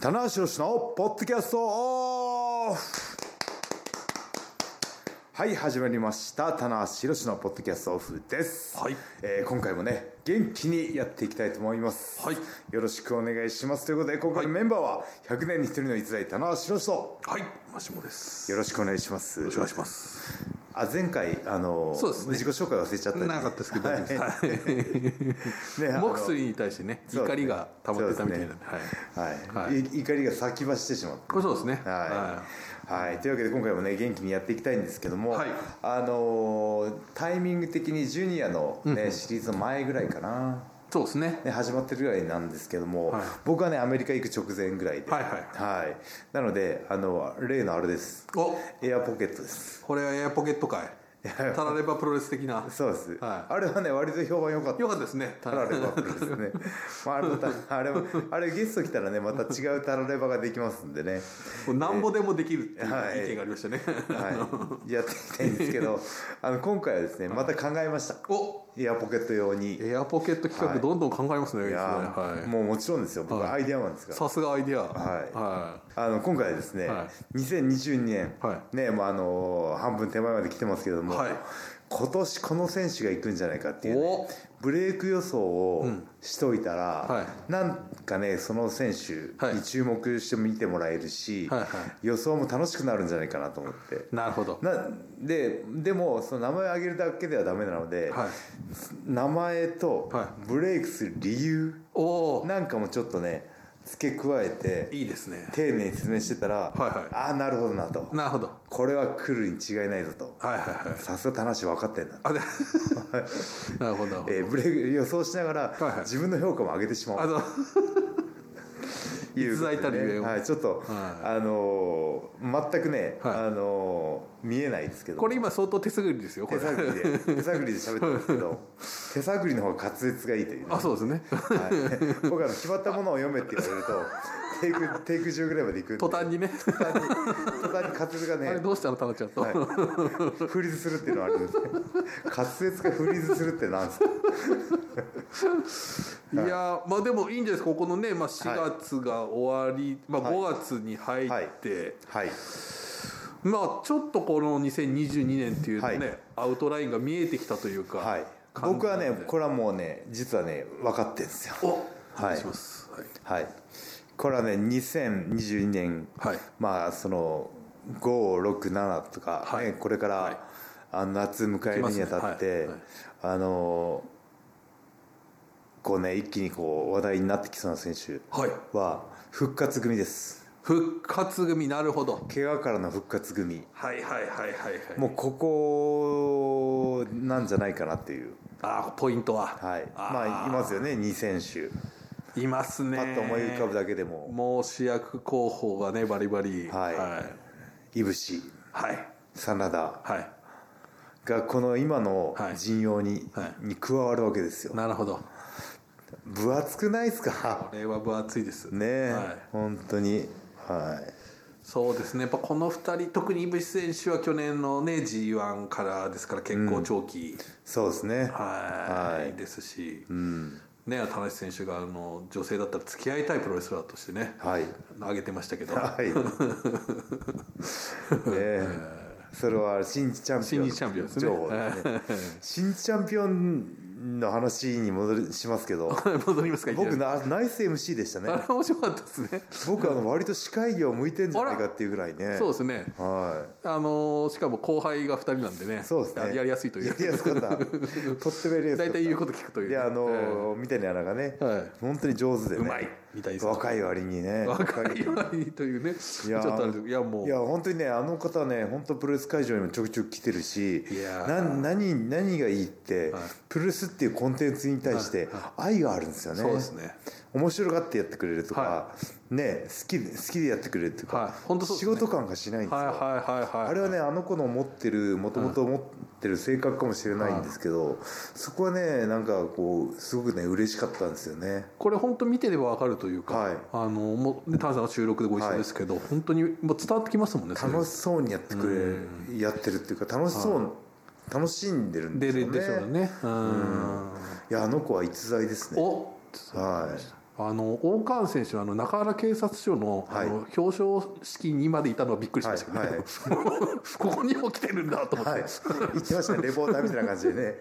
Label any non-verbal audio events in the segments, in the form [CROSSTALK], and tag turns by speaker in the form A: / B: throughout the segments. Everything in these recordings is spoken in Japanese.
A: 棚橋宏のポッドキャストオフはい始まりました棚橋宏のポッドキャストオフです、
B: はい
A: えー今回もね元気にやっていきたいと思います、
B: はい
A: よろしくお願いしますということで今回のメンバーは100年に一人の逸材棚橋宏と
B: はい、マシモです。
A: よ
B: よ
A: ろしくお願いします
B: ろしくお願いします。
A: あ前回あの
B: そうですね
A: 自己紹介忘れちゃったね
B: なかったですけど、大丈夫です
A: ね
B: はい
A: あの
B: モクスリーに対してね、
A: そうですね
B: 怒りが溜まってたみたいなんで、
A: そうですねは
B: はいい。
A: い怒りが先走ってしまって
B: これそうですね。
A: はい、はいというわけで今回もね元気にやっていきたいんですけども、
B: はい
A: あのータイミング的にジュニアの、ねシリーズの前ぐらいかな、
B: いそうですね。
A: ね、始まってるぐらいなんですけども、
B: はい
A: 僕はねアメリカ行く直前ぐらいでは、
B: はいはい
A: なのであの例のあれです
B: お、
A: エアポケットです
B: これはエアポケットかい。タラレバプロレス的な。
A: そうです、
B: は
A: あれはね割と評判良かった
B: よかったですね。タ
A: タラレバプロですね。 [LAUGHS] まあ、あれもたあれもあれゲスト来たらね、また違うタラレバができますんでね。
B: もうなんぼでもできるっていう
A: はい
B: 意見がありましたね。
A: はい、やっていきたいんですけど、あの今回はですね、また考えました。
B: お、
A: エアポケット用に。い
B: エアポケット企
A: はい
B: 画どんどん考えますね。いいですね
A: やー、
B: は
A: もうもちろんですよ。僕
B: はい
A: アイデアマンですか
B: い。
A: ら。
B: さすがアイデア。
A: はい
B: は
A: あの今回はですね、
B: は
A: 2022年、
B: は
A: ねもうあのー半分手前まで来てますけども、
B: はい
A: 今年この選手が行くんじゃないかっていう、ね
B: お、
A: ブレイク予想をしといたら、
B: は
A: なんかねその選手
B: は
A: に
B: い
A: 注目して見てもらえるし、
B: はいは
A: 予想も楽しくなるんじゃないかなと思って。
B: い。なるほど。
A: なででもその名前を挙げるだけではダメなので、
B: はい
A: 名前と
B: は
A: ブレイクする理由
B: おー
A: なんかもちょっとね付け加えて
B: いいですね。
A: 丁寧に説明してたら、
B: はい
A: ああなるほどなと
B: なるほど。
A: これは来るに違いないぞと
B: はいはいはい。
A: さすが田無分かってんだ、
B: あで [LAUGHS] なるほど。
A: えーブレイク予想しながら、
B: いはい
A: 自分の評価も上げてしま
B: あ
A: う
B: の
A: ということで
B: 逸材たるゆえを
A: はい、ちょっと、あのー全くね、
B: はい
A: あのー見えないですけど
B: これ今相当手探りですよ
A: 手
B: これ
A: 探り
B: [LAUGHS]
A: で手探りで喋ったんですけど手探りの方が滑舌がいいという、ね
B: [LAUGHS] あそうですね
A: はい、僕はあの決まったものを読めって言われるとテイクテイク10ぐらいまでいくんで
B: 途端にね
A: 途端に途端に滑舌が
B: あれ
A: ね
B: どうしたのタナちゃんと、
A: はい、フリーズするっていうのはあるん
B: [LAUGHS]
A: ですね滑舌がフリーズするってなんですか
B: い、やーまあでもいいんじゃないですかここのね、まあ、4月が終わり、ま
A: は
B: あ、
A: い
B: 5月に入って、
A: はい
B: まあちょっとこの2022年っていうのね、
A: はい
B: アウトラインが見えてきたというか、
A: はい
B: 感じ
A: 僕はね
B: なんで
A: これはもうね実はね分かってんですよ
B: お
A: はい
B: お願いしますはい、
A: はいこれはね2022年
B: はい
A: まあその567とか、ね
B: はい
A: これから、
B: はい
A: あの夏迎えるにあたって、
B: 来ますね
A: あのこうね一気にこう話題になってきそうな選手
B: はい
A: は復活組です
B: 復活組なるほど
A: 怪我からの復活組
B: はいはいはいはいはい
A: もうここなんじゃないかなっていう、
B: あーポイントは、
A: はい、まあ
B: あー
A: いますよね2選手
B: いますね
A: パッと思い浮かぶだけでも
B: もう主役候補がねバリバリ
A: はいいぶし
B: はい
A: 真田
B: はい
A: がこの今の
B: はい
A: 陣容に,、
B: は
A: に加わるわけですよ
B: なるほど
A: 分厚くないですか
B: これは分厚いです
A: ねえ、
B: はい
A: 本当には
B: そうですねやっぱこの2人特に井渕選手は去年のね g 1からですから結構長期、
A: いそうですね
B: はい
A: はい
B: ですし、ね田無選手があの女性だったら付き合いたいプロレスラーとしてね、
A: はい
B: 挙げてましたけど [LAUGHS]
A: はいねえそれは新チャンピオン
B: 新日チャンピオンですね
A: 情報です
B: [LAUGHS]
A: ね新チャンピオンの話に戻りしますけど
B: 戻りますかいきなり
A: 僕なナイス MC でしたね
B: あれ面白かったですね
A: 僕あの割と司会業向いてんじゃないかっていうぐらいね
B: そうですね
A: は
B: あのーしかも後輩が2人なんでね
A: いそうですね
B: やりやすいとい
A: やりや
B: う
A: す
B: [LAUGHS]
A: かったとってもやりやすかった
B: 大体言うこと聞くという
A: であの
B: ええ
A: ー三谷アナがね、
B: はい
A: 本当に上手でね
B: うまいみたいです
A: 若い割にね
B: 若い割にというね
A: い
B: ちょ
A: や
B: っとあれですいやもう
A: いや本当にねあの方ね本当プロレス会場にもちょくちょく来てるし
B: いやー
A: な何何がいいって、プロレスっていうコンテンツに対して愛があるんですよね、
B: そうですね
A: 面白がってやってくれるとか、
B: は
A: ね好きで好きでやってくれるとか、
B: はい本当そうで
A: 仕
B: すね
A: 事感がしないんですよ、
B: はいはいはいはい
A: あれはねあの子の持ってるもともと持ってる性格かもしれないんですけどそこはねなんかこうすごくね嬉しかったんですよね
B: これ本当見てればわかるというか、
A: はい
B: あのもうね田さんの収録でご一緒ですけど、本当にもう伝わってきますもんねそれ
A: 楽しそうにやってくれるやってるっていうか楽しそう、楽しんでるんで
B: です
A: よね
B: でしょうねうん
A: いやあの子は逸材ですね
B: お
A: はい
B: あの大川選手はあの中原警察署の,、
A: はい
B: あの表彰式にまでいたのはびっくりしましたけど、
A: はいはい
B: [LAUGHS] ここにも来てるんだと思って、 [LAUGHS]
A: はい行ってましたねレポーターみたいな感じでね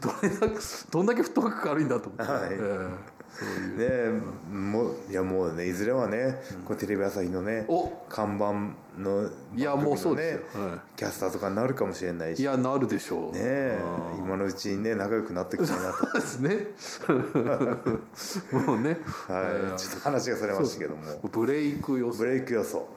B: どれだけどんだけフットワーク軽いんだと思って、
A: はい
B: えーそういう
A: ねえもういやもうねいずれはね、こうテレビ朝日のね
B: お
A: 看板の
B: いやもうそうですよ
A: 番組の
B: はい
A: キャスターとかになるかもしれないし
B: いやなるでしょう
A: ねえ今のうちにね仲良くなってくるな
B: [LAUGHS]
A: と、
B: そう
A: [LAUGHS]
B: ですねもうね、
A: はい、ちょっと話がそれましたけども
B: えーブレイク予想
A: ブレイク予想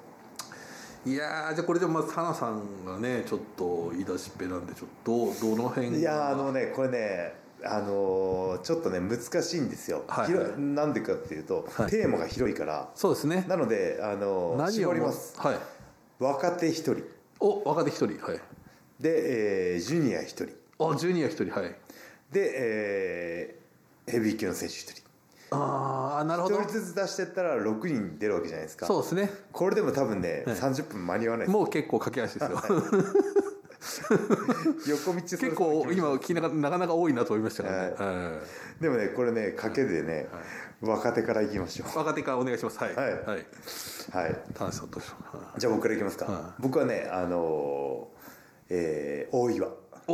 B: いやーじゃあこれでもまず花さんがねちょっと言い出しっぺなんでちょっとどどの辺が
A: いやーあのねこれねあのーちょっとね難しいんですよ、
B: はい
A: 広いなんでかっていうと、
B: はい
A: テーマが広いから
B: そうですね
A: なのであのー
B: 何を
A: 絞
B: も
A: ります
B: はい
A: 若手一人
B: お若手一人はい
A: で、えージュニア一人
B: あジュニア一人はい
A: で、えーヘビー級の選手一人
B: ああなるほど
A: 一人ずつ出してったら6人出るわけじゃないですか
B: そうですね
A: これでも多分ね、30分間に合わないです
B: もう結構駆け足ですよ
A: 横道それ
B: 結構今聞きながらなかなか多いなと思いましたからね、え
A: でもねこれね賭けでね、若手からいきましょ
B: ー若手からお願いしますはい
A: はい
B: はい、
A: うはい
B: 田中さんどうしよう
A: じゃあ僕からいきますか、
B: は
A: 僕はねあのーえー大岩
B: お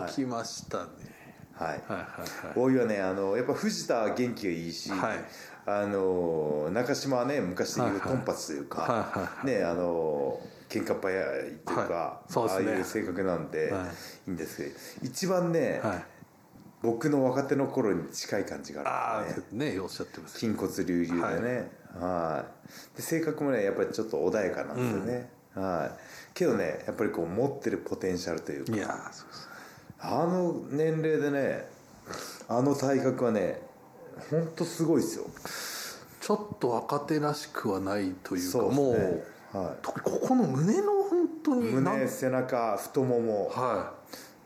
B: お、来ましたね
A: はい、
B: はいはいはい
A: 大岩ねあのやっぱ藤田元気がいいし、
B: はい
A: あのー中島はね昔で言うトンパチというか、
B: はいはい
A: ねあのー喧嘩っ早いというか、
B: はいそうで
A: ああ
B: すね
A: いう性格なんで、
B: はい
A: い、いんですけど一番ね、
B: はい
A: 僕の若手の頃に近い感じがあ
B: あ
A: るんですね
B: あねおっしゃってます
A: 筋骨隆々でね、はいで性格もねやっぱりちょっと穏やかなんですよね、はいけどねやっぱりこう持ってるポテンシャルというか
B: いやーそうです
A: あの年齢でねあの体格はねほんとすごいですよ
B: ちょっと若手らしくはないというか
A: そうです
B: も
A: ね
B: う
A: は
B: とここの胸の本当
A: い、
B: になん
A: 胸背中太もも
B: は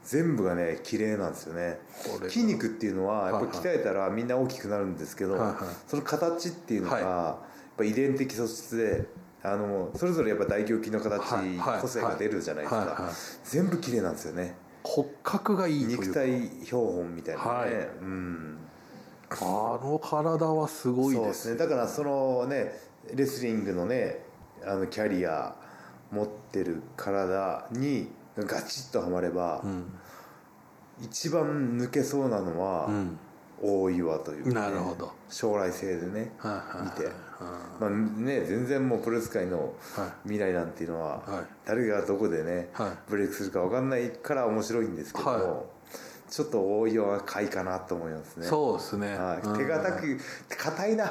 A: 全部がね綺麗なんですよね
B: これが
A: 筋肉っていうのはやっぱり
B: はい
A: 鍛えたらみんな大きくなるんですけど、
B: はいはい
A: その形っていうのが
B: はい
A: やっぱ遺伝的素質であのそれぞれやっぱ大胸筋の形、
B: はいはい
A: 個性が出るじゃないですか、
B: はいはい
A: 全部綺麗なんですよね
B: い骨格がいいとい
A: 肉
B: うか
A: 体標本みたいなね、
B: はい
A: うん
B: あの体はすごい
A: そう
B: で
A: ですすねだからそのねレスリングのねあのキャリア持ってる体にガチッとはまれば、
B: ん
A: 一番抜けそうなのは
B: ん
A: 大岩というかね、
B: なるほど
A: 将来性でね
B: はいはい
A: 見て、
B: は
A: まあね、全然もうプロレス界の
B: は
A: 未来なんていうのは、
B: はい
A: 誰がどこでね、
B: はい
A: ブレイクするか分かんないから面白いんですけども、
B: は
A: ちょっと大岩は買いかなと思いますね。
B: そうですね、
A: はい、手
B: うん
A: 堅く硬いな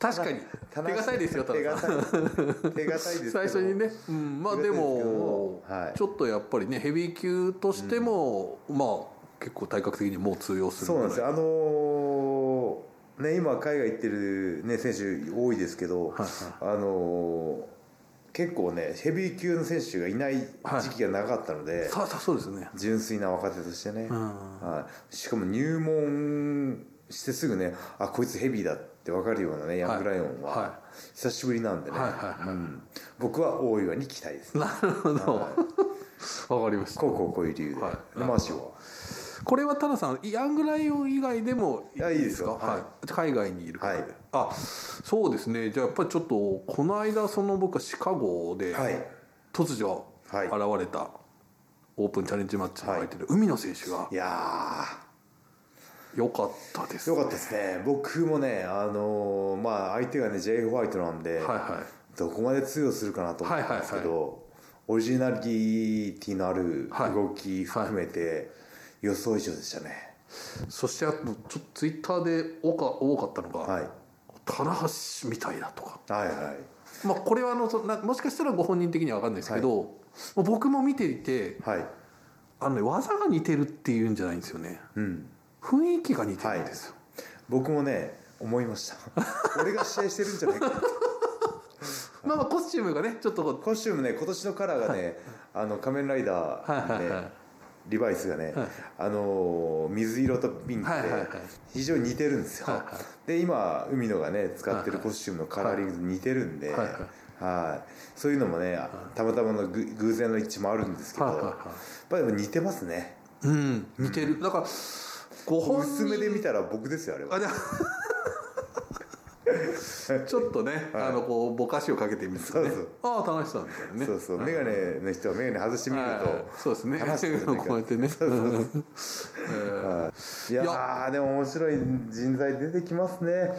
B: 確かに手
A: [LAUGHS] 棚橋
B: 堅いですよ田
A: 手
B: 中さん
A: 堅い手堅いですけど
B: 最初にね、うん、まあで
A: 手堅い
B: も、
A: ですけどもはい
B: ちょっとやっぱりねヘビー級としても、まあ結構体格的にもう通用する
A: そうなんですよ
B: よ
A: あのーね今海外行ってるね選手多いですけど、
B: いはい
A: あのー結構ねヘビー級の選手がいない時期が長かったので、
B: さあさあそうですね
A: 純粋な若手としてね、
B: ん
A: はい、しかも入門してすぐねあこいつヘビーだって分かるようなねヤングライオンは、
B: はいは
A: 久しぶりなんでね、
B: はいはいはい
A: うん僕は大岩に期待ですね
B: なるほど、
A: は
B: わかりました
A: こうこうこういう理由で、
B: はい
A: でマーシーは
B: これはタナさんヤングライオン以外でも
A: いやいいですよ
B: はい
A: は
B: 海外にいる方で、
A: はい
B: あそうですねじゃあやっぱりちょっとこの間その僕はシカゴで
A: はい
B: 突如
A: はい
B: 現れたオープンチャレンジマッチの相手で海野選手が
A: いや
B: 良かったです
A: ーよかったですね僕もねあのーまあ相手がね J. ホワイトなんで、
B: はいは
A: どこまで通用するかなと思ったんですけど、オリジナリティのある
B: はい
A: 動き含めて、予想以上でしたね
B: いそしてあとちょっとツイッターで多か多かったのが、
A: はい
B: 棚橋みたいだとか、
A: はいはい
B: まあ、これはあのそなもしかしたらご本人的には分かんないですけど、もう僕も見ていて
A: はい
B: あの、ね、技が似てるっていうんじゃないんですよね
A: うん
B: 雰囲気が似てるんですよ、
A: 僕もね思いま
B: [LAUGHS]
A: した俺が試合してるんじゃないかな
B: まあまあコスチュームがねちょっとこ
A: コスチュームね今年のカラーがね「あの仮面ライダー」
B: はい
A: ね
B: [LAUGHS] はいはい
A: リバイスがね、あのー水色とピンクで
B: はいはいはい
A: 非常に似てるんですよ、
B: はいは
A: で今海野がね使ってるコスチュームのカラーリングと似てるんで、
B: は
A: はいい
B: はい
A: そういうのもねたまたまのぐ偶然の一致もあるんですけど、
B: はいはいはい
A: やっぱりでも似てますね
B: ううん似てるだからご本人
A: [LAUGHS] 薄めで見たら僕ですよあれは
B: あでちょっとね、あのこうぼかしをかけてみるとね
A: そう
B: ああ楽しそうみたいなね
A: そうそう眼鏡の人は眼鏡外してみる
B: はいそうですね
A: 話してるね
B: こうやって [LAUGHS] ね
A: と、はい、いや
B: い
A: ーでも面白い人材出てきますね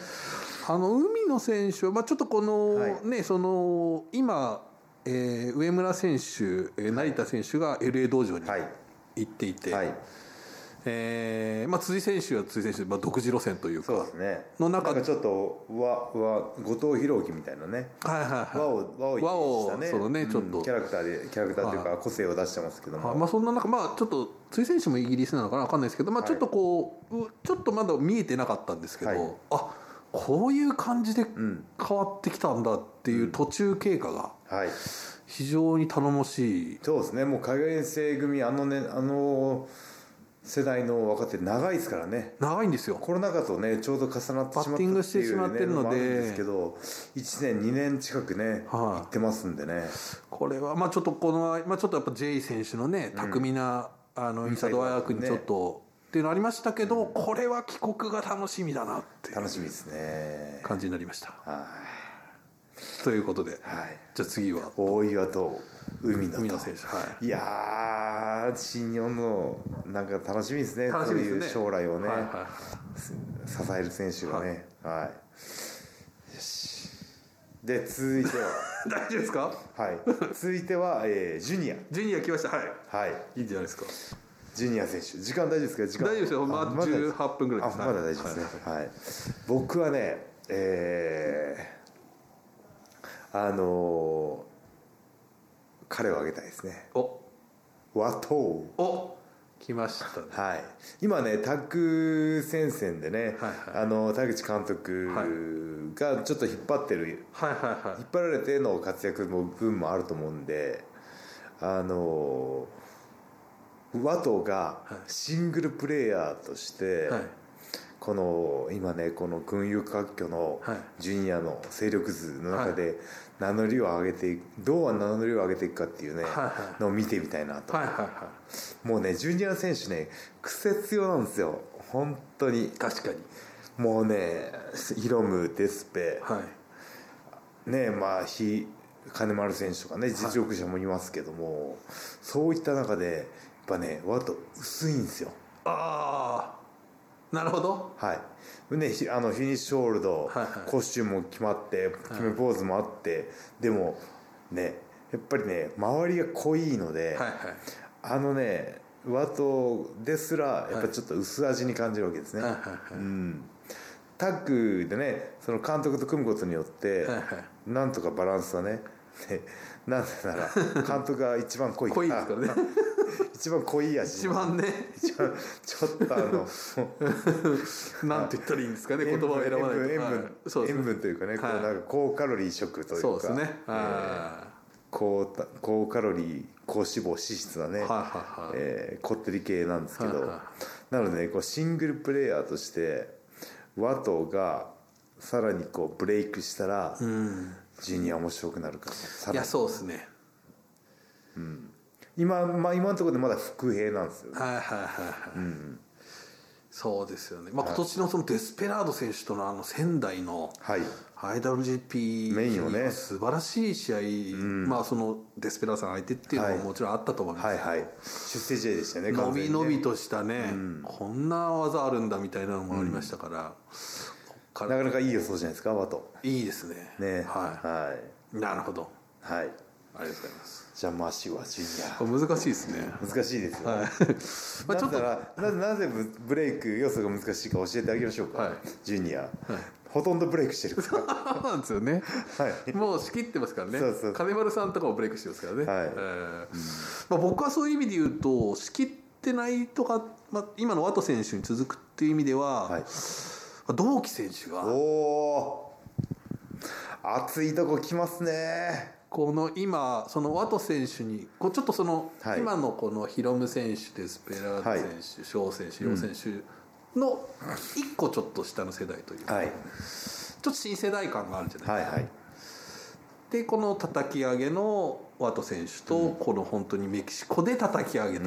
B: あの海野選手は、まあ、ちょっとこの、
A: はい
B: ねその今、えー上村選手えー成田選手が LA 道場に
A: はい
B: 行っていて、
A: はい
B: えーまあ、辻選手は辻選手で、まあ、独自路線というか
A: そうですね
B: の
A: な
B: 中
A: んかちょっと和和後藤弘樹みたいなね
B: はいはい
A: 和
B: はい
A: を和をイメージしたね
B: 和をそのね
A: ん
B: ちょっと
A: キャラクターでキャラクターというか個性を出してますけど
B: あ
A: も
B: まあ、そんな中、まあ、ちょっと辻選手もイギリスなのかな分かんないですけど、まあ、
A: はい
B: ちょっとこう、うちょっとまだ見えてなかったんですけど、
A: はい
B: あこういう感じで
A: ん
B: 変わってきたんだっていう途中経過が
A: はい
B: 非常に頼もしい、
A: そうですねもう海外遠征組あのねあの世代の若手長いですからね
B: 長いんですよ。
A: コロナ禍とねちょうど重なってしまった
B: バッティングしてしまってるので
A: っていうねもあるんですけど1年2年近くね、
B: はい
A: 行ってますんでね
B: これはまあちょっとこの、まあ、ちょっとやっぱ J 選手のね巧みな、あのインサイドワイワークにちょっと、っていうのありましたけど、これは帰国が楽しみだなっていう
A: 楽しみですね
B: 感じになりました。
A: はい
B: ということで
A: はい
B: じゃあ次は
A: 大岩と海野と
B: 海野選手はい。
A: いやー新日本のなんか楽しみですね
B: 楽しみですね
A: そういう将来をね、
B: はいはいはい [LAUGHS]
A: 支える選手がねはい、よしで続いて
B: [LAUGHS]
A: は
B: 大丈夫ですか
A: はい続いては、えージュニ
B: ジュニア来ましたはい
A: アはい
B: いいんじゃないですか
A: ジュニア選手時間大丈夫ですか時間
B: 大丈夫ですよま
A: あ
B: あ
A: 大丈夫です
B: 18分ぐらいです
A: あまだ大丈夫ですねはい、僕はねえー、あのー彼を挙げたいですね
B: お
A: 和藤
B: お来ましたね
A: はい、今ね、タッグ戦線でね、
B: はい
A: あの田口監督がちょっと引っ張ってる、
B: はいはいはい
A: 引っ張られての活躍も分もあると思うんで、あの和藤がシングルプレーヤーとして、
B: はい
A: この今ね、この群雄割拠の
B: はい
A: ジュニアの勢力図の中で、名乗りを上げていく、どう名乗りを上げていくかっていうね、
B: はいはい
A: のを見てみたいなと。
B: はいはいは
A: もうね、ジュニア選手ね、癖強なんですよ。本当に
B: い。確かに
A: もうね、ヒロム、デスペ、
B: はい
A: ね、まあ、ひ、金丸選手とかね、実力者もいますけども、そういった中で、やっぱね、ワト薄いんですよ。
B: ああなるほど
A: はい。ね、ひあの、フィニッシュホールド、
B: はいはい
A: コスチュームも決まって、決めポーズもあって、でも、ね、やっぱりね、周りが濃いので、
B: はいはい
A: あのね、和とですら、やっぱちょっと薄味に感じるわけですね。
B: はいはいはい
A: うん、タッグでね、その監督と組むことによって、
B: はいはい
A: なんとかバランスはね、ねなんでなら、
B: [LAUGHS]
A: 監督が一番濃い
B: 濃いですからね
A: [LAUGHS] 一番濃い味。
B: 一番ね
A: 一番ちょっとあ
B: [LAUGHS]
A: の、
B: なんて言ったらいいんですかね言葉を選ばないと
A: [LAUGHS] 塩分塩
B: はい
A: 分
B: そうです
A: 塩
B: ね
A: 分というかね、こう
B: はい
A: なんか高カロリー食というか
B: そうですね
A: えー
B: は
A: 高た高カロリー高脂肪脂質なね、
B: いはいはい
A: えーこってり系なんですけど、
B: はいは
A: なので、ね、こうシングルプレイヤーとしてワトがさらにこうブレイクしたら、
B: うん
A: ジュニア面白くなるからさ
B: い
A: ら
B: や
A: に
B: そうですね
A: 今,、まあ、今のところでまだ伏兵なんですよ、ね
B: はいはいはいはい、そうですよね、まあ、今年のそのデスペラード選手とのあの仙台の
A: はい、
B: IWGP
A: メインをね
B: 素晴らしい試合、まあ、そのデスペラードさん相手っていうの
A: は
B: も
A: い
B: もちろんあったと思います、
A: はいはい出世試合でしたね
B: 伸び伸び
A: と
B: としたね、こんな技あるんだみたいなのもありましたから、こっか
A: なか
B: ら
A: なかいい予想じゃないですかワト
B: いいですね
A: ね
B: は
A: はい
B: い、なるほど
A: はい、
B: ありがとうございます
A: じゃあマシはジュニア
B: これ難しいですね
A: 難しいですよ、
B: はいまあちょ
A: な
B: っ
A: ぜ
B: と
A: ならななぜブブレイク要素が難しいか教えてあげましょうか、
B: はい
A: ジュニア、ほとんどブレイクしてるから
B: そうなんですよね
A: はい
B: もう仕切ってますからね
A: そうそう
B: 金丸さんとかもブレイクしてますからね、
A: はい
B: えーまあ、僕はそういう意味で言うと仕切ってないとか、まあ、今のワト選手に続くっていう意味では、
A: はい
B: まあ同期選手
A: お
B: が
A: おー熱いとこ来ますね
B: この今そのワト選手にこうちょっとその、
A: はい
B: 今のこのヒロム選手デスペラード
A: はい
B: 選手翔、選手陽選手の一個ちょっと下の世代というか、
A: はい
B: ちょっと新世代感があるんじゃないですか
A: はいはい
B: でこの叩き上げのワト選手と、この本当にメキシコで叩き上げた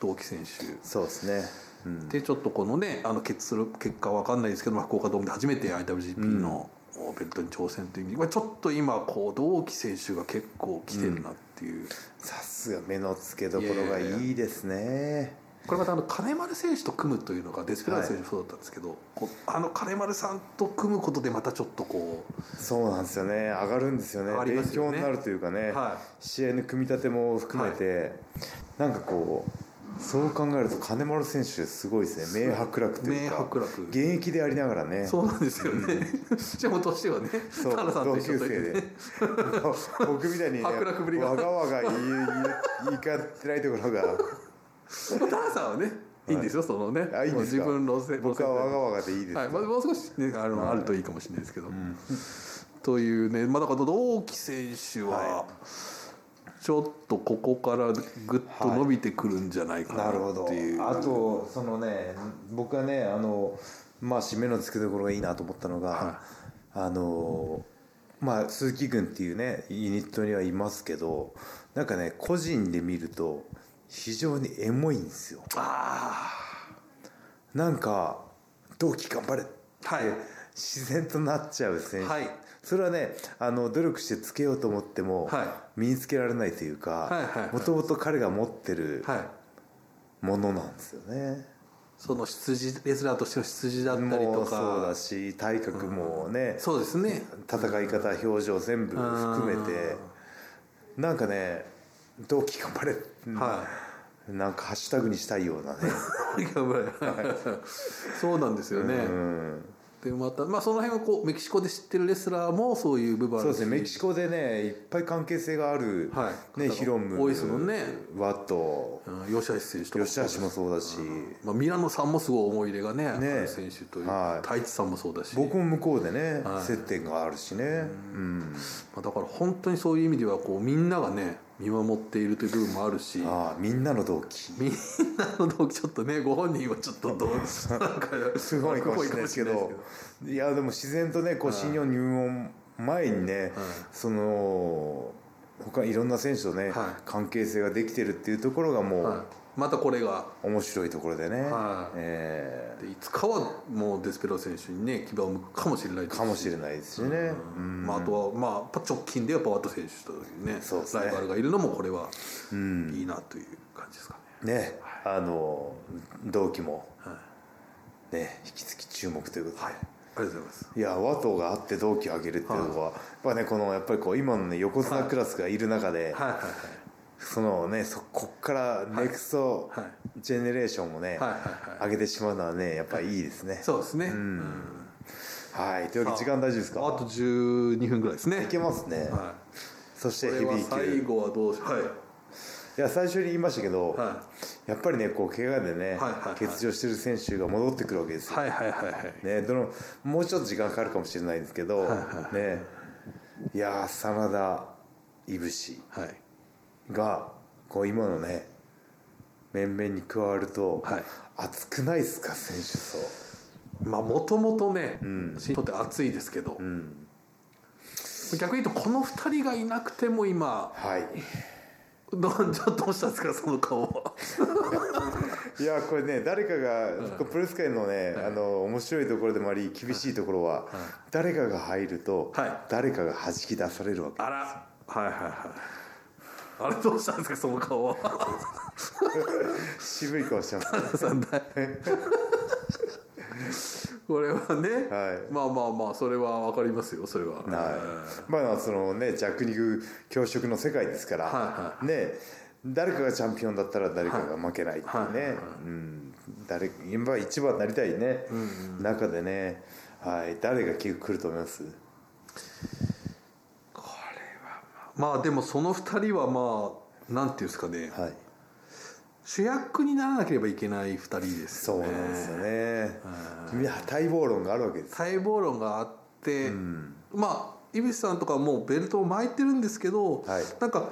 B: 同期選手、
A: そうですね、うん
B: でちょっとこのねあの結する結果は分かんないですけど、まあ、福岡ドームで初めて IWGP のもうベッドに挑戦という意味まあちょっと今こう同期選手が結構来てるなっていう、
A: さすが目の付けどころがいいですね
B: これまたあの金丸選手と組むというのがデスペラード選手もそうだったんですけど、こうあの金丸さんと組むことでまたちょっとこ
A: そうなんですよね上がるんですよね
B: 上がりま
A: 勉
B: すよね
A: 強になるというか
B: う、
A: ね、
B: は
A: 試合の組み立ても含めて、なんかこうそう考えると金丸選手すごいですね明白楽
B: い、
A: とい
B: 明
A: うか
B: 白楽
A: 現役でありながらね
B: そうなんですよね。 [LAUGHS] しかも年はね、
A: そう
B: 田原さんと
A: 同
B: 一
A: 級
B: 緒と
A: 生
B: いう [LAUGHS]
A: で
B: ね。
A: 僕みたいにね
B: 白楽ぶりが
A: わがわが言い言い言いかってないとこ
B: [LAUGHS]
A: ろが
B: 田原さんはね、いいんですよ、そのね。
A: あいいんですか
B: もう自分の路線。
A: 僕はわ
B: 路
A: がわがでいいで
B: 線
A: す、
B: はい、まあ、もう少し、ね、あの、あるといいかもしれないですけど。というね、まあ、だから、同期選手は。
A: は
B: ちょっとここからぐっと伸びてくるんじゃないかな
A: なるほ
B: っ
A: ど
B: ていう、
A: あとそのね僕はねあのまあ締めのつけどころがいいなと思ったのが、
B: は
A: あのまあ鈴木軍っていうねユニットにはいますけどなんかね個人で見ると非常にエモいんですよ
B: あ
A: なんか同期頑張れって
B: はい
A: 自然となっちゃう選手、
B: はい
A: それはねあの努力してつけようと思っても、
B: はい
A: 身につけられないという
B: はいはいは
A: か
B: い
A: もともと彼が持ってる
B: あ、はい。
A: ものなんですよね。
B: その羊、レスラーとしての羊だったり
A: も
B: と
A: うそうだ
B: か。
A: し体格もね、
B: そうですね。
A: 戦い方表情全部含めてなんかね「同期頑張れ」
B: は
A: なんかハッシュタグにしたいようなね
B: [LAUGHS] い。頑張れ。そうなんですよね。
A: うん
B: でまた、まあ、その辺はこうメキシコで知ってるレスラーもそういう部分あ
A: そう
B: る
A: で
B: し
A: すねメキシコでねいっぱい関係性がある、
B: はい
A: ね、ヒロム
B: 多いですもんね
A: ワット
B: うん吉橋選手とか
A: 吉橋もそうだし
B: まあ、ミラノさんもすごい思い入れがね
A: ね
B: ある選手という、
A: はい
B: 太一さんもそうだし、
A: 僕も向こうでね、
B: はい
A: 接点があるしね、うん
B: まあ、だから本当にそういう意味ではこうみんながね見守っているという部分もあるし
A: ああみんなの同期
B: みんなの動機ちょっとねご本人はちょっとどうなんか
A: すごいかもしれないですけ
B: 不本
A: ど
B: 意かもしれないで
A: いやでも自然とねこう新日本入門前にね、その他いろんな選手とね、
B: はい
A: 関係性ができてるっていうところがもう、
B: すはいまたこれが
A: 面白いところでね、
B: はい
A: え
B: でいつかはもうデスペロ選手にね牙を向くかもしれないで
A: ー
B: すし
A: かもしれないですしね、うん
B: まあ、あとは、まあ、やっぱ直近でやっぱワット選手というね
A: そうですね
B: ライバルがいるのもこれは、いいなという感じですかね。
A: ねあの同期も
B: はい、
A: ね引き続き注目ということで。
B: はい、ありがとうございます。
A: いや和藤があって同期を上げるっていうのは、やっぱねこのやっぱりこう今のね横綱クラスがいる中で、
B: はいはい
A: そのねそこっからネクスト
B: はい
A: ジェネレーションをね、
B: はいはいはい
A: 上げてしまうのはねやっぱりいいですね、
B: そうですね。うん
A: はいというわけで時間大丈夫ですか
B: あと12分ぐらいですね。
A: いけますね、
B: は
A: そし
B: い。
A: てヘ
B: これ
A: ビ
B: は
A: ー
B: 最
A: 級
B: 後はどうしはい
A: いや最初に言いましたけど、
B: は
A: やっぱりねこう怪我でね、
B: はいはいは
A: 欠
B: い
A: 場してる選手が戻ってくるわけですよ、
B: はいはいはいはい。
A: ね、どのもうちょっと時間かかるかもしれないんですけど、
B: はい
A: ねいやー真田いぶし
B: はい。
A: がこう今のね面々に加わると、
B: はい
A: 熱くないですか選手層
B: まあもともとね、シートって熱いですけど、
A: うん
B: 逆に言うとこの二人がいなくても今
A: はい
B: どうちょっとどうしたんですかその顔は。
A: いやこれね誰かがこうプロレス界のね、あの面白いところでもあり厳しいところは、誰かが入ると、
B: はい
A: 誰かが弾き出されるわけ
B: あらはいはいはいあれどうしたんですかその顔は
A: 渋い顔してます
B: さんだいこれはね、
A: はい
B: まあまあまあそれはわかりますよそれ
A: は
B: は
A: いまあそのね弱肉強食の世界ですから、
B: は
A: ね誰かがチャンピオンだったら誰かが負けないっていうね、
B: はいはい
A: うん、誰今一番になりたいね、中でね、はい、誰が結構来ると思います
B: これはまあまあでもその2人はまあなんていうんですかね
A: はい
B: 主役にならなければいけない2人です
A: そう
B: よね
A: なんですよね、いや待望論があるわけです
B: 待望論があって、まあ井口さんとかはもうベルトを巻いてるんですけど、
A: はい
B: なんか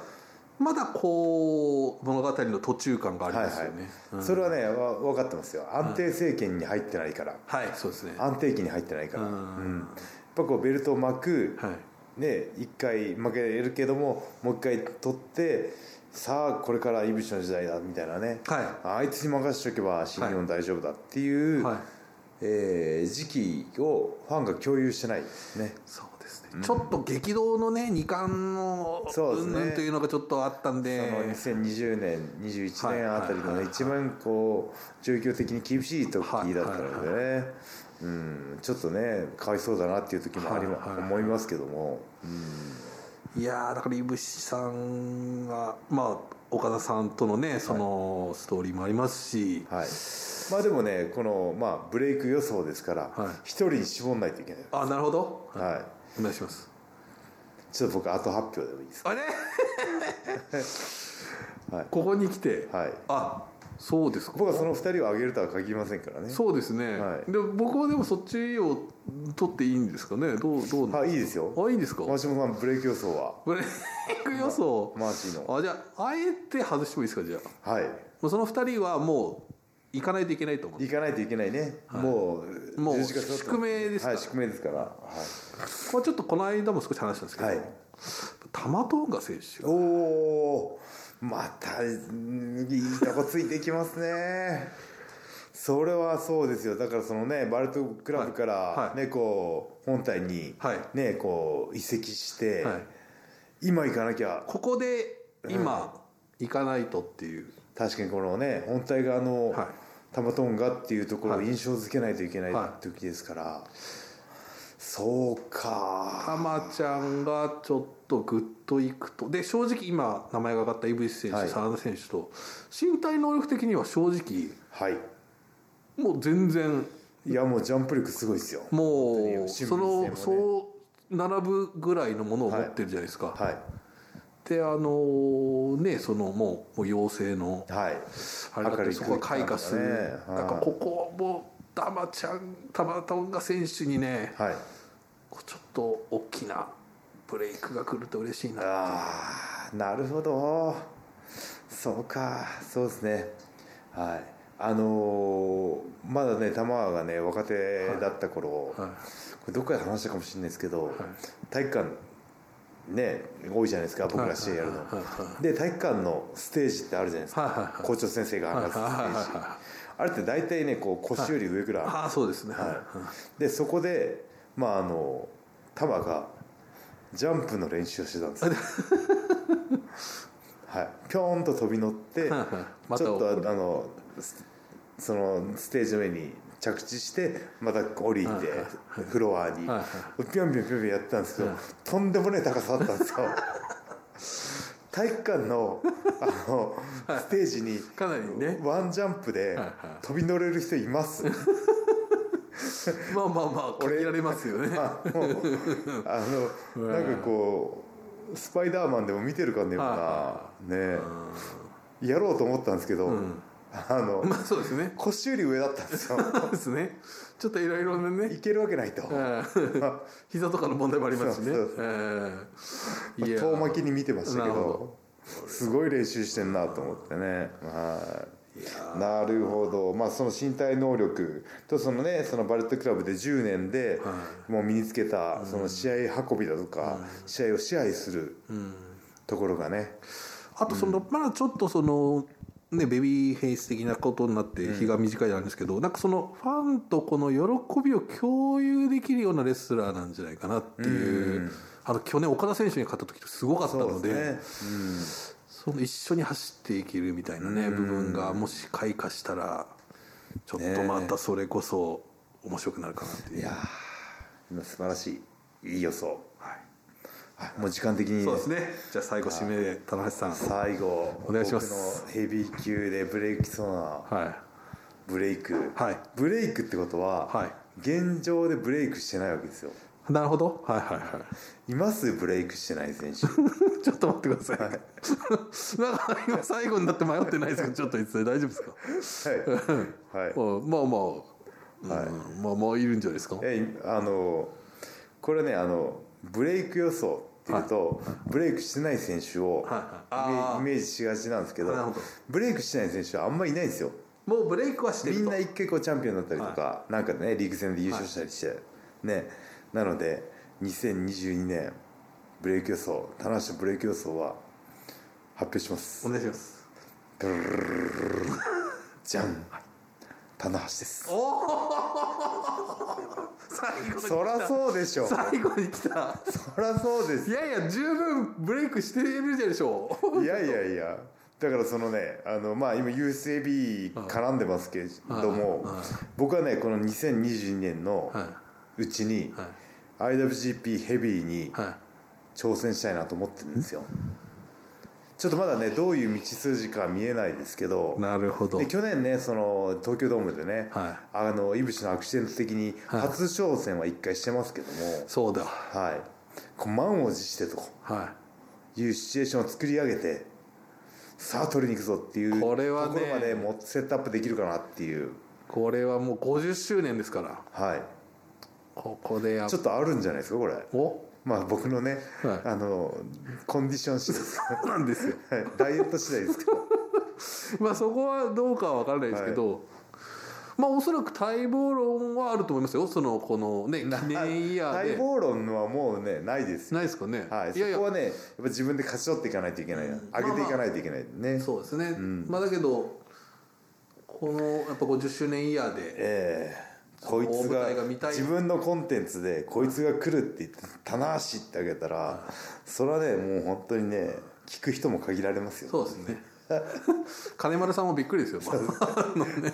B: まだこう物語の途中感があり
A: はい
B: ま
A: は
B: すよね、
A: いそれはねわ分かってますよ安定政権に入ってないから、
B: はい、そうですね
A: 安定期に入ってないから、
B: う
A: うんんやっぱこうベルトを巻く、
B: はい、
A: ね一回負けるけどももう一回取ってさあこれからいぶしの時代だみたいなね、
B: は
A: あいつに任せとけば新日本大丈夫だっていう、
B: はい
A: えー時期をファンが共有してないですね
B: そう
A: ですね、
B: ちょっと激動のね2冠の
A: そうです
B: 云
A: ね
B: 々というのがちょっとあったんで
A: その2020年21年あたり
B: はい
A: の
B: はい
A: ね一番こう状況的に厳しい時だったのでね、
B: は
A: うん、ちょっとねかわいそうだなっていう時もあり、ま
B: はいはい
A: 思いますけども、
B: いやーだからいぶしさんはまあ岡田さんとのねそのストーリーもありますし、
A: はい、まあでもねこの、まあ、ブレイク予想ですから
B: はい
A: 一人に絞んないといけない、
B: あなるほど、
A: はい、
B: お願いします
A: ちょっと僕後発表でもいいです
B: あれ
A: [LAUGHS] はい
B: ここに来て、
A: か、はい、
B: あそうですか
A: 僕はその二人を挙げるとは限りませんからね
B: そうですね、
A: はい
B: で僕はでもそっちを取っていいんですかねどうどう
A: はいいいですよ
B: あいいんですか
A: 川島さんブレイク予想は
B: ブ [LAUGHS] レイク予想、
A: マーチーの
B: あじゃああえて外してもいいですかじゃあ
A: はい
B: もうその二人はもう行かないといけないと思う
A: 行かないといけないね、もう
B: もう
A: 十字架座って
B: 宿命ですから
A: はい、宿命ですから、はい、
B: これちょっとこの間も少し話したんですけど、
A: はい
B: 玉トンガ選手
A: おおーまたうんいいとこついてきますねそれはそうですよだからそのねバルトクラブか
B: はい
A: ら
B: はい
A: ね、こう本体に
B: はい
A: ねこう移籍して、
B: はい
A: 今行かなきゃ
B: ここで今行かないとっていう、
A: 確かにこのね本体側の
B: はい
A: 玉トンガっていうところを
B: はい
A: 印象付けないといけない
B: は
A: 時ですから、そうか
B: たまちゃんがちょっとグッといくとで正直今名前が挙がった井渕選手、
A: はい
B: 真田選手と身体能力的には正直
A: はい
B: もう全然
A: いやもうジャンプ力すごいですよ
B: も
A: 本当に
B: う
A: 守備
B: そ
A: の姿勢も
B: の
A: ね
B: そう並ぶぐらいのものを持ってるじゃないですか、
A: はい
B: であのーねそのもうもう妖精の
A: はい
B: あれだ
A: 明
B: っ
A: る
B: て
A: い
B: そこは開花する、
A: 空間
B: な
A: がね
B: んかここもダマちゃんタマトンガ選手にね
A: はい
B: こうちょっと大きなブレイクが来ると嬉しいな
A: ああなるほどそうかそうですねはいあのーまだね玉川がね若手だった頃、
B: はい
A: これどっかで話したかもしれないですけど、体育館ね多いじゃないですか僕ら試合やるの、
B: はいは
A: で体育館のステージってあるじゃないですか、
B: はいはいはい
A: 校長先生が話すステージ、
B: はいはいはいはい
A: あれって大体ねこう腰より上ぐらい、
B: ああそうですね、
A: でそこでまああのタマがジャンプの練習をしてたんです
B: [LAUGHS]
A: よはいぴょーんと飛び乗ってち
B: はい [LAUGHS] また
A: ょっとあのスそのステージの上に着地してまた降りてフロアに
B: はいは
A: ぴょんぴょんぴょんぴょんやってたんですけどとんでもない高さだったん
B: [LAUGHS]
A: ですよ体育館のあのステージに
B: かなりね
A: ワンジャンプで飛び乗れる人います
B: まあまあまあ
A: 俺
B: 限られますよね
A: あのあのなんかこうスパイダーマンでも見てるかねも
B: は
A: なねえやろうと思ったんですけど、あの
B: まあそうですね
A: 腰より上だったんですよ
B: [LAUGHS] そうですねちょっといろいろなね
A: いけるわけないと
B: えー [LAUGHS] 膝とかの問題もありますしね
A: そうそう
B: えーいや
A: 遠巻きに見てましたけ
B: なるほ
A: どすごい練習してんなと思ってねはいなるほど、まあ、その身体能力とそのねそのバレットクラブで10年でもう身につけたその試合運びだとか試合を支配するところがね
B: あとその、まだちょっとそのねベビーフェイス的なことになって日が短いなんですけど、なんかそのファンとこの喜びを共有できるようなレスラーなんじゃないかなっていう、あの去年岡田選手に勝った時とすごかったのでその一緒に走っていけるみたいなね、部分がもし開花したらちょっとまたそれこそ面白くなるかなっていう。
A: いやー素晴らしいいい予想、はい、もう時間的に
B: そうですね。じゃあ最後締めで田中さん。
A: 最後
B: お願いします
A: 僕のヘビー級でブレイクしそうな
B: は
A: ブレイク、
B: はい
A: ブレイクってことは、
B: はい
A: 現状でブレイクしてないわけですよ
B: い。なるほど。はいはいはい。
A: いますブレイクしてない選
B: [LAUGHS]
A: 手
B: ちょっと待ってくださ [LAUGHS] い。なんか今最後になって迷ってないですけど、ちょっといつ大丈夫ですか。
A: はい、はい
B: うんまあまあ、うんまあまあいるんじゃないですか。
A: えあのこれねあのブレイク予想っていうと、ブレイクしてない選手をイメ
B: はい
A: ー
B: あー
A: ジイメージしがちなんですけど
B: なるほど
A: ブレイクしてない選手はあんまりいないんですよ
B: もうブレイクはしてる
A: み
B: と。
A: んな一回こうチャンピオンになったりとか、なんかねリーグ戦で優勝したりして、ねなので2022年ブレイク予想棚橋のブレイク予想は発表します
B: お願いします。
A: じゃん棚橋です
B: おお。最後に来た
A: そらそうでしょ
B: 最後に来た
A: そらそうです
B: いやいや十分ブレイクしてるでしょ
A: いやいやいやだからそのねあのまあ今 USB 絡んでますけれども
B: はいはい
A: 僕はねこの2022年の
B: はいう
A: ちに
B: は
A: IWGP ヘビーに
B: はい
A: 挑戦したいなと思ってるんですよちょっとまだねどういう道筋か見えないですけど
B: なるほど
A: で去年ねその東京ドームでね、
B: は
A: あのいぶしのアクシデント的に
B: はい
A: 初挑戦は1回してますけども
B: そうだ
A: はい、こう満を持してと
B: は
A: いうシチュエーションを作り上げてさあ取りに行くぞっていう
B: これはね
A: ところまでもうセットアップできるかなっていう
B: いこれはもう50周年ですから
A: はい
B: ここでや
A: ちょっとあるんじゃないですかこれ
B: お
A: まあ僕のね、
B: はい
A: あのコンディション次第です
B: そうなんですよ
A: はいダイエット次第ですけど
B: [LAUGHS] まあそこはどうかは分からないですけど、まあおそらく待望論はあると思いますよそのこ
A: [LAUGHS]
B: のね記念イヤー
A: 待
B: で
A: 望論はもうねないですよ
B: ないですかね、
A: はい、
B: やいや
A: そこはねやっぱ自分で勝ち取っていかないといけないな、上げていかないといけないね、
B: そうですね、まあだけどこのやっぱ50周年イヤーで
A: ええこいつ
B: 大舞
A: が
B: 台が見たい
A: 自分のコンテンツでこいつが来るって言って棚橋ってあげたらそれはねもう本当にね聞く人も限られますよ
B: そうです
A: [LAUGHS]
B: ね金丸さんもびっくりですよ、まあ、 [LAUGHS] あのね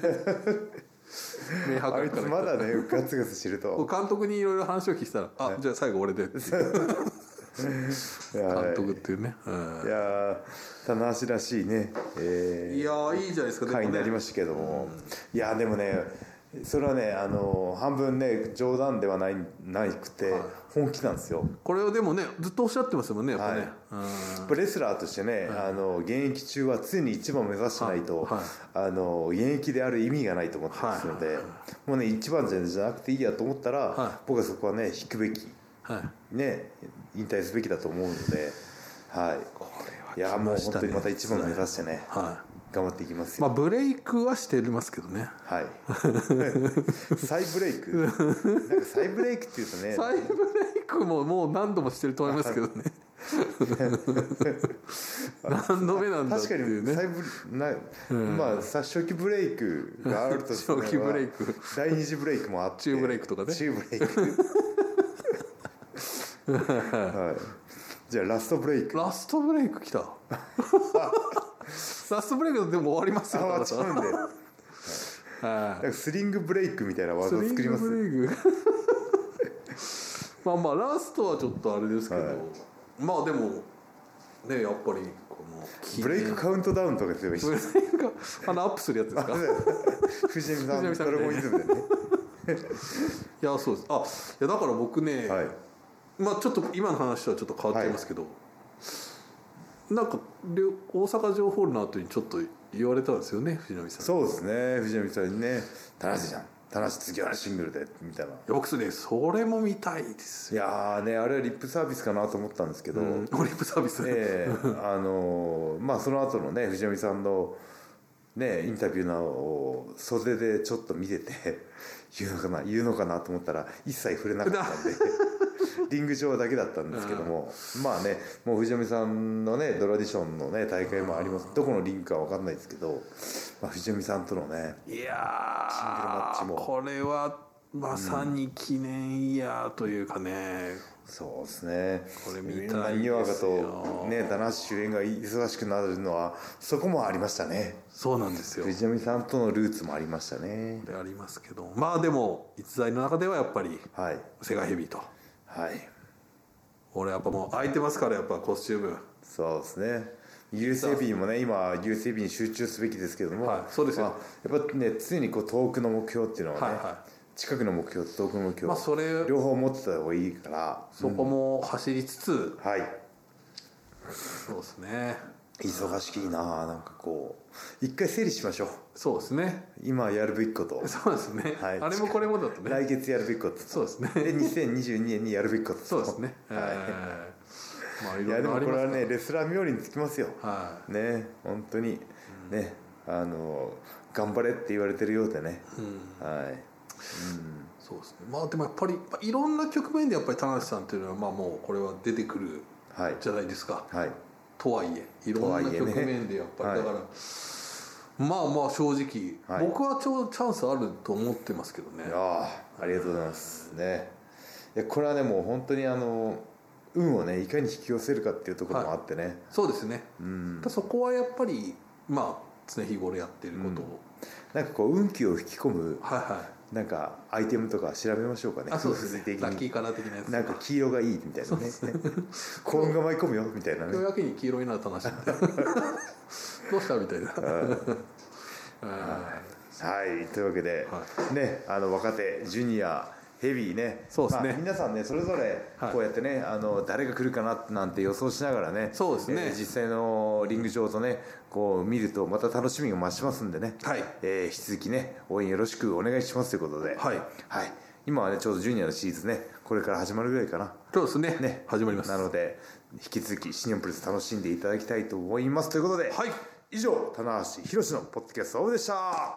B: 明
A: あ
B: 白
A: いつ
B: から
A: まだねガツガツしてる
B: [LAUGHS]
A: と
B: 監督にいろいろ話を聞いたら「あ、じゃあ最後俺で」っていう
A: いや
B: 監督っていうね、うん
A: いやー棚橋らしいね、ええ
B: いやーいいじゃないですかでも
A: 回になり
B: ね
A: ましたけども、いやでもねそれはねあの半分ね冗談ではないないくて本気なんですよ
B: これをでもねずっとおっしゃってますもんねやっぱね、
A: はい
B: うん
A: やっぱレスラーとしてね、あの現役中は常に一番を目指してないと、
B: は
A: あの現役である意味がないと思ってますので、もうね一番じゃなくていいやと思ったら、
B: は
A: 僕はそこはね引くべき
B: はい
A: ね引退すべきだと思うので、はい、
B: これはい
A: やもう本当にまた一番を目
B: ね
A: 指してね、
B: は
A: 頑張っていきます
B: いま
A: よ。
B: あブレイクはしてますけどね
A: はい [LAUGHS] 再ブレイクなんか再ブレイクっていうとね
B: 再ブレイクももう何度もしてると思いますけどね何度目なんだって
A: 確か
B: いう
A: に
B: ね
A: 再ブレな、まあさ初期ブレイクがあるとすれば
B: 初期ブレイク
A: 第二次ブレイクもあって
B: 中ブレイクとかね
A: 中ブレイクはいじゃあラストブレイク
B: ラストブレイク
A: [LAUGHS]
B: 来たラストブレイクでも終わります
A: あ
B: よ
A: 終わっちゃうんで
B: は
A: ないんかスリングブレイクみたいな技作りま
B: ス
A: す
B: リングブレイク [LAUGHS] まあまあラストはちょっとあれですけど、
A: はい
B: まあでもねやっぱりこの
A: ブレイクカウントダウンとかすればいいし
B: ブレイクがあのアップするやつですか
A: 藤波さん
B: [LAUGHS] 藤波さん
A: ドラゴンイズムでね
B: いやそうですあいやだから僕ね、
A: はい
B: まあちょっと今の話とはちょっと変わっちゃいますけど、なんかりょ大阪城ホールの後にちょっと言われたんですよね藤波さん
A: そうですね藤波さんにね「田無じゃん田無次はシングルで」みたいな
B: よくすねそれも見たいです
A: い
B: よ
A: やーねあれはリップサービスかなと思ったんですけど、
B: うんオリンプサービス、
A: ええあのまあその後のね藤波さんのねインタビューのを袖でちょっと見てて言うのかな言うのかなと思ったら一切触れ
B: [LAUGHS]
A: なかったんでリング上だけだったんですけどもまあねもう藤波さんのねドラディションのね大会もありますどこのリンクかわかんないですけど、まあ、藤波さんとのねシング
B: いやー
A: ルマッチも
B: これはまさに記念イヤーというかね、
A: そうですね
B: これ見たいですよ
A: にわかとね棚橋主演が忙しくなるのはそこもありましたね
B: そうなんですよ
A: 藤波さんとのルーツもありましたね
B: でありますけどまあでも逸材の中ではやっぱり
A: はい
B: セガヘビーと
A: はい
B: 俺やっぱもう空いてますからやっぱコスチューム
A: そうですね USB もね今 USB に集中すべきですけども、
B: はいそうですよ
A: まあ、やっぱね常にこう遠くの目標っていうのはね、
B: はいは
A: 近くの目標と遠くの目標、
B: まあそれ
A: 両方持ってた方がいいから
B: そこも走りつつ、
A: はい
B: そうですね
A: 忙しいなあなんかこう一回整理しましょう
B: そうですね [LAUGHS]
A: 今やるべきこと
B: そうですね、
A: はい
B: あれもこれもだとね
A: 来月やるべきこと
B: そうですね
A: [LAUGHS] で2022年にやるべきこと
B: そうですね、
A: [LAUGHS]
B: え
A: は
B: ーまあい
A: い、いや
B: ろ
A: で
B: いろ
A: も
B: あ
A: こ
B: り
A: れ
B: ま
A: は
B: すから
A: ねレスラー冥利につきますよ
B: は
A: ね本当にね、あの頑張れって言われてるようでね、はい
B: いそうですねまあでもやっぱり、まあ、いろんな局面でやっぱり田無さんっていうのはまあもうこれは出てくる
A: はい
B: じゃないですか
A: はい
B: とはいえいろんな局面でやっぱり、
A: とはいえね
B: だから、まあまあ正直、
A: はい
B: 僕はちょチャンスあると思ってますけどね
A: いやーありがとうございますねいやこれはねもう本当にあの運をねいかに引き寄せるかっていうところもあってね、
B: そうですね、
A: うん
B: ただそこはやっぱりまあ常日頃やってることを、
A: なんかこう運気を引き込む
B: はいは
A: なんかアイテムとか調べましょうかね
B: いあそうですね
A: 風水的
B: ラッキ
A: に
B: ーカラー的なやつ
A: なんか黄色がいいみたいなね [LAUGHS] 幸運が舞い込むよみたいな
B: 今日
A: ね
B: やけに黄色いな楽しんで
A: [LAUGHS]
B: どうしたみたいなはい
A: はいというわけで、
B: は
A: ねあの若手ジュニアヘビーね
B: そうですね
A: まあ皆さんねそれぞれ
B: はい
A: こうやってね、あの誰が来るかななんて予想しながらね
B: そうですね
A: えー実際のリング上とねこう見るとまた楽しみが増しますんでね、
B: はい
A: えー引き続きね応援よろしくお願いしますということで
B: はい
A: はい、今はねちょうどジュニアのシリーズねこれから始まるぐらいかな
B: そうですね
A: ね
B: 始まります
A: なので引き続きシニオンプレス楽しんでいただきたいと思いますということで、
B: はい
A: 以上棚橋宏のポッドキャストオブでした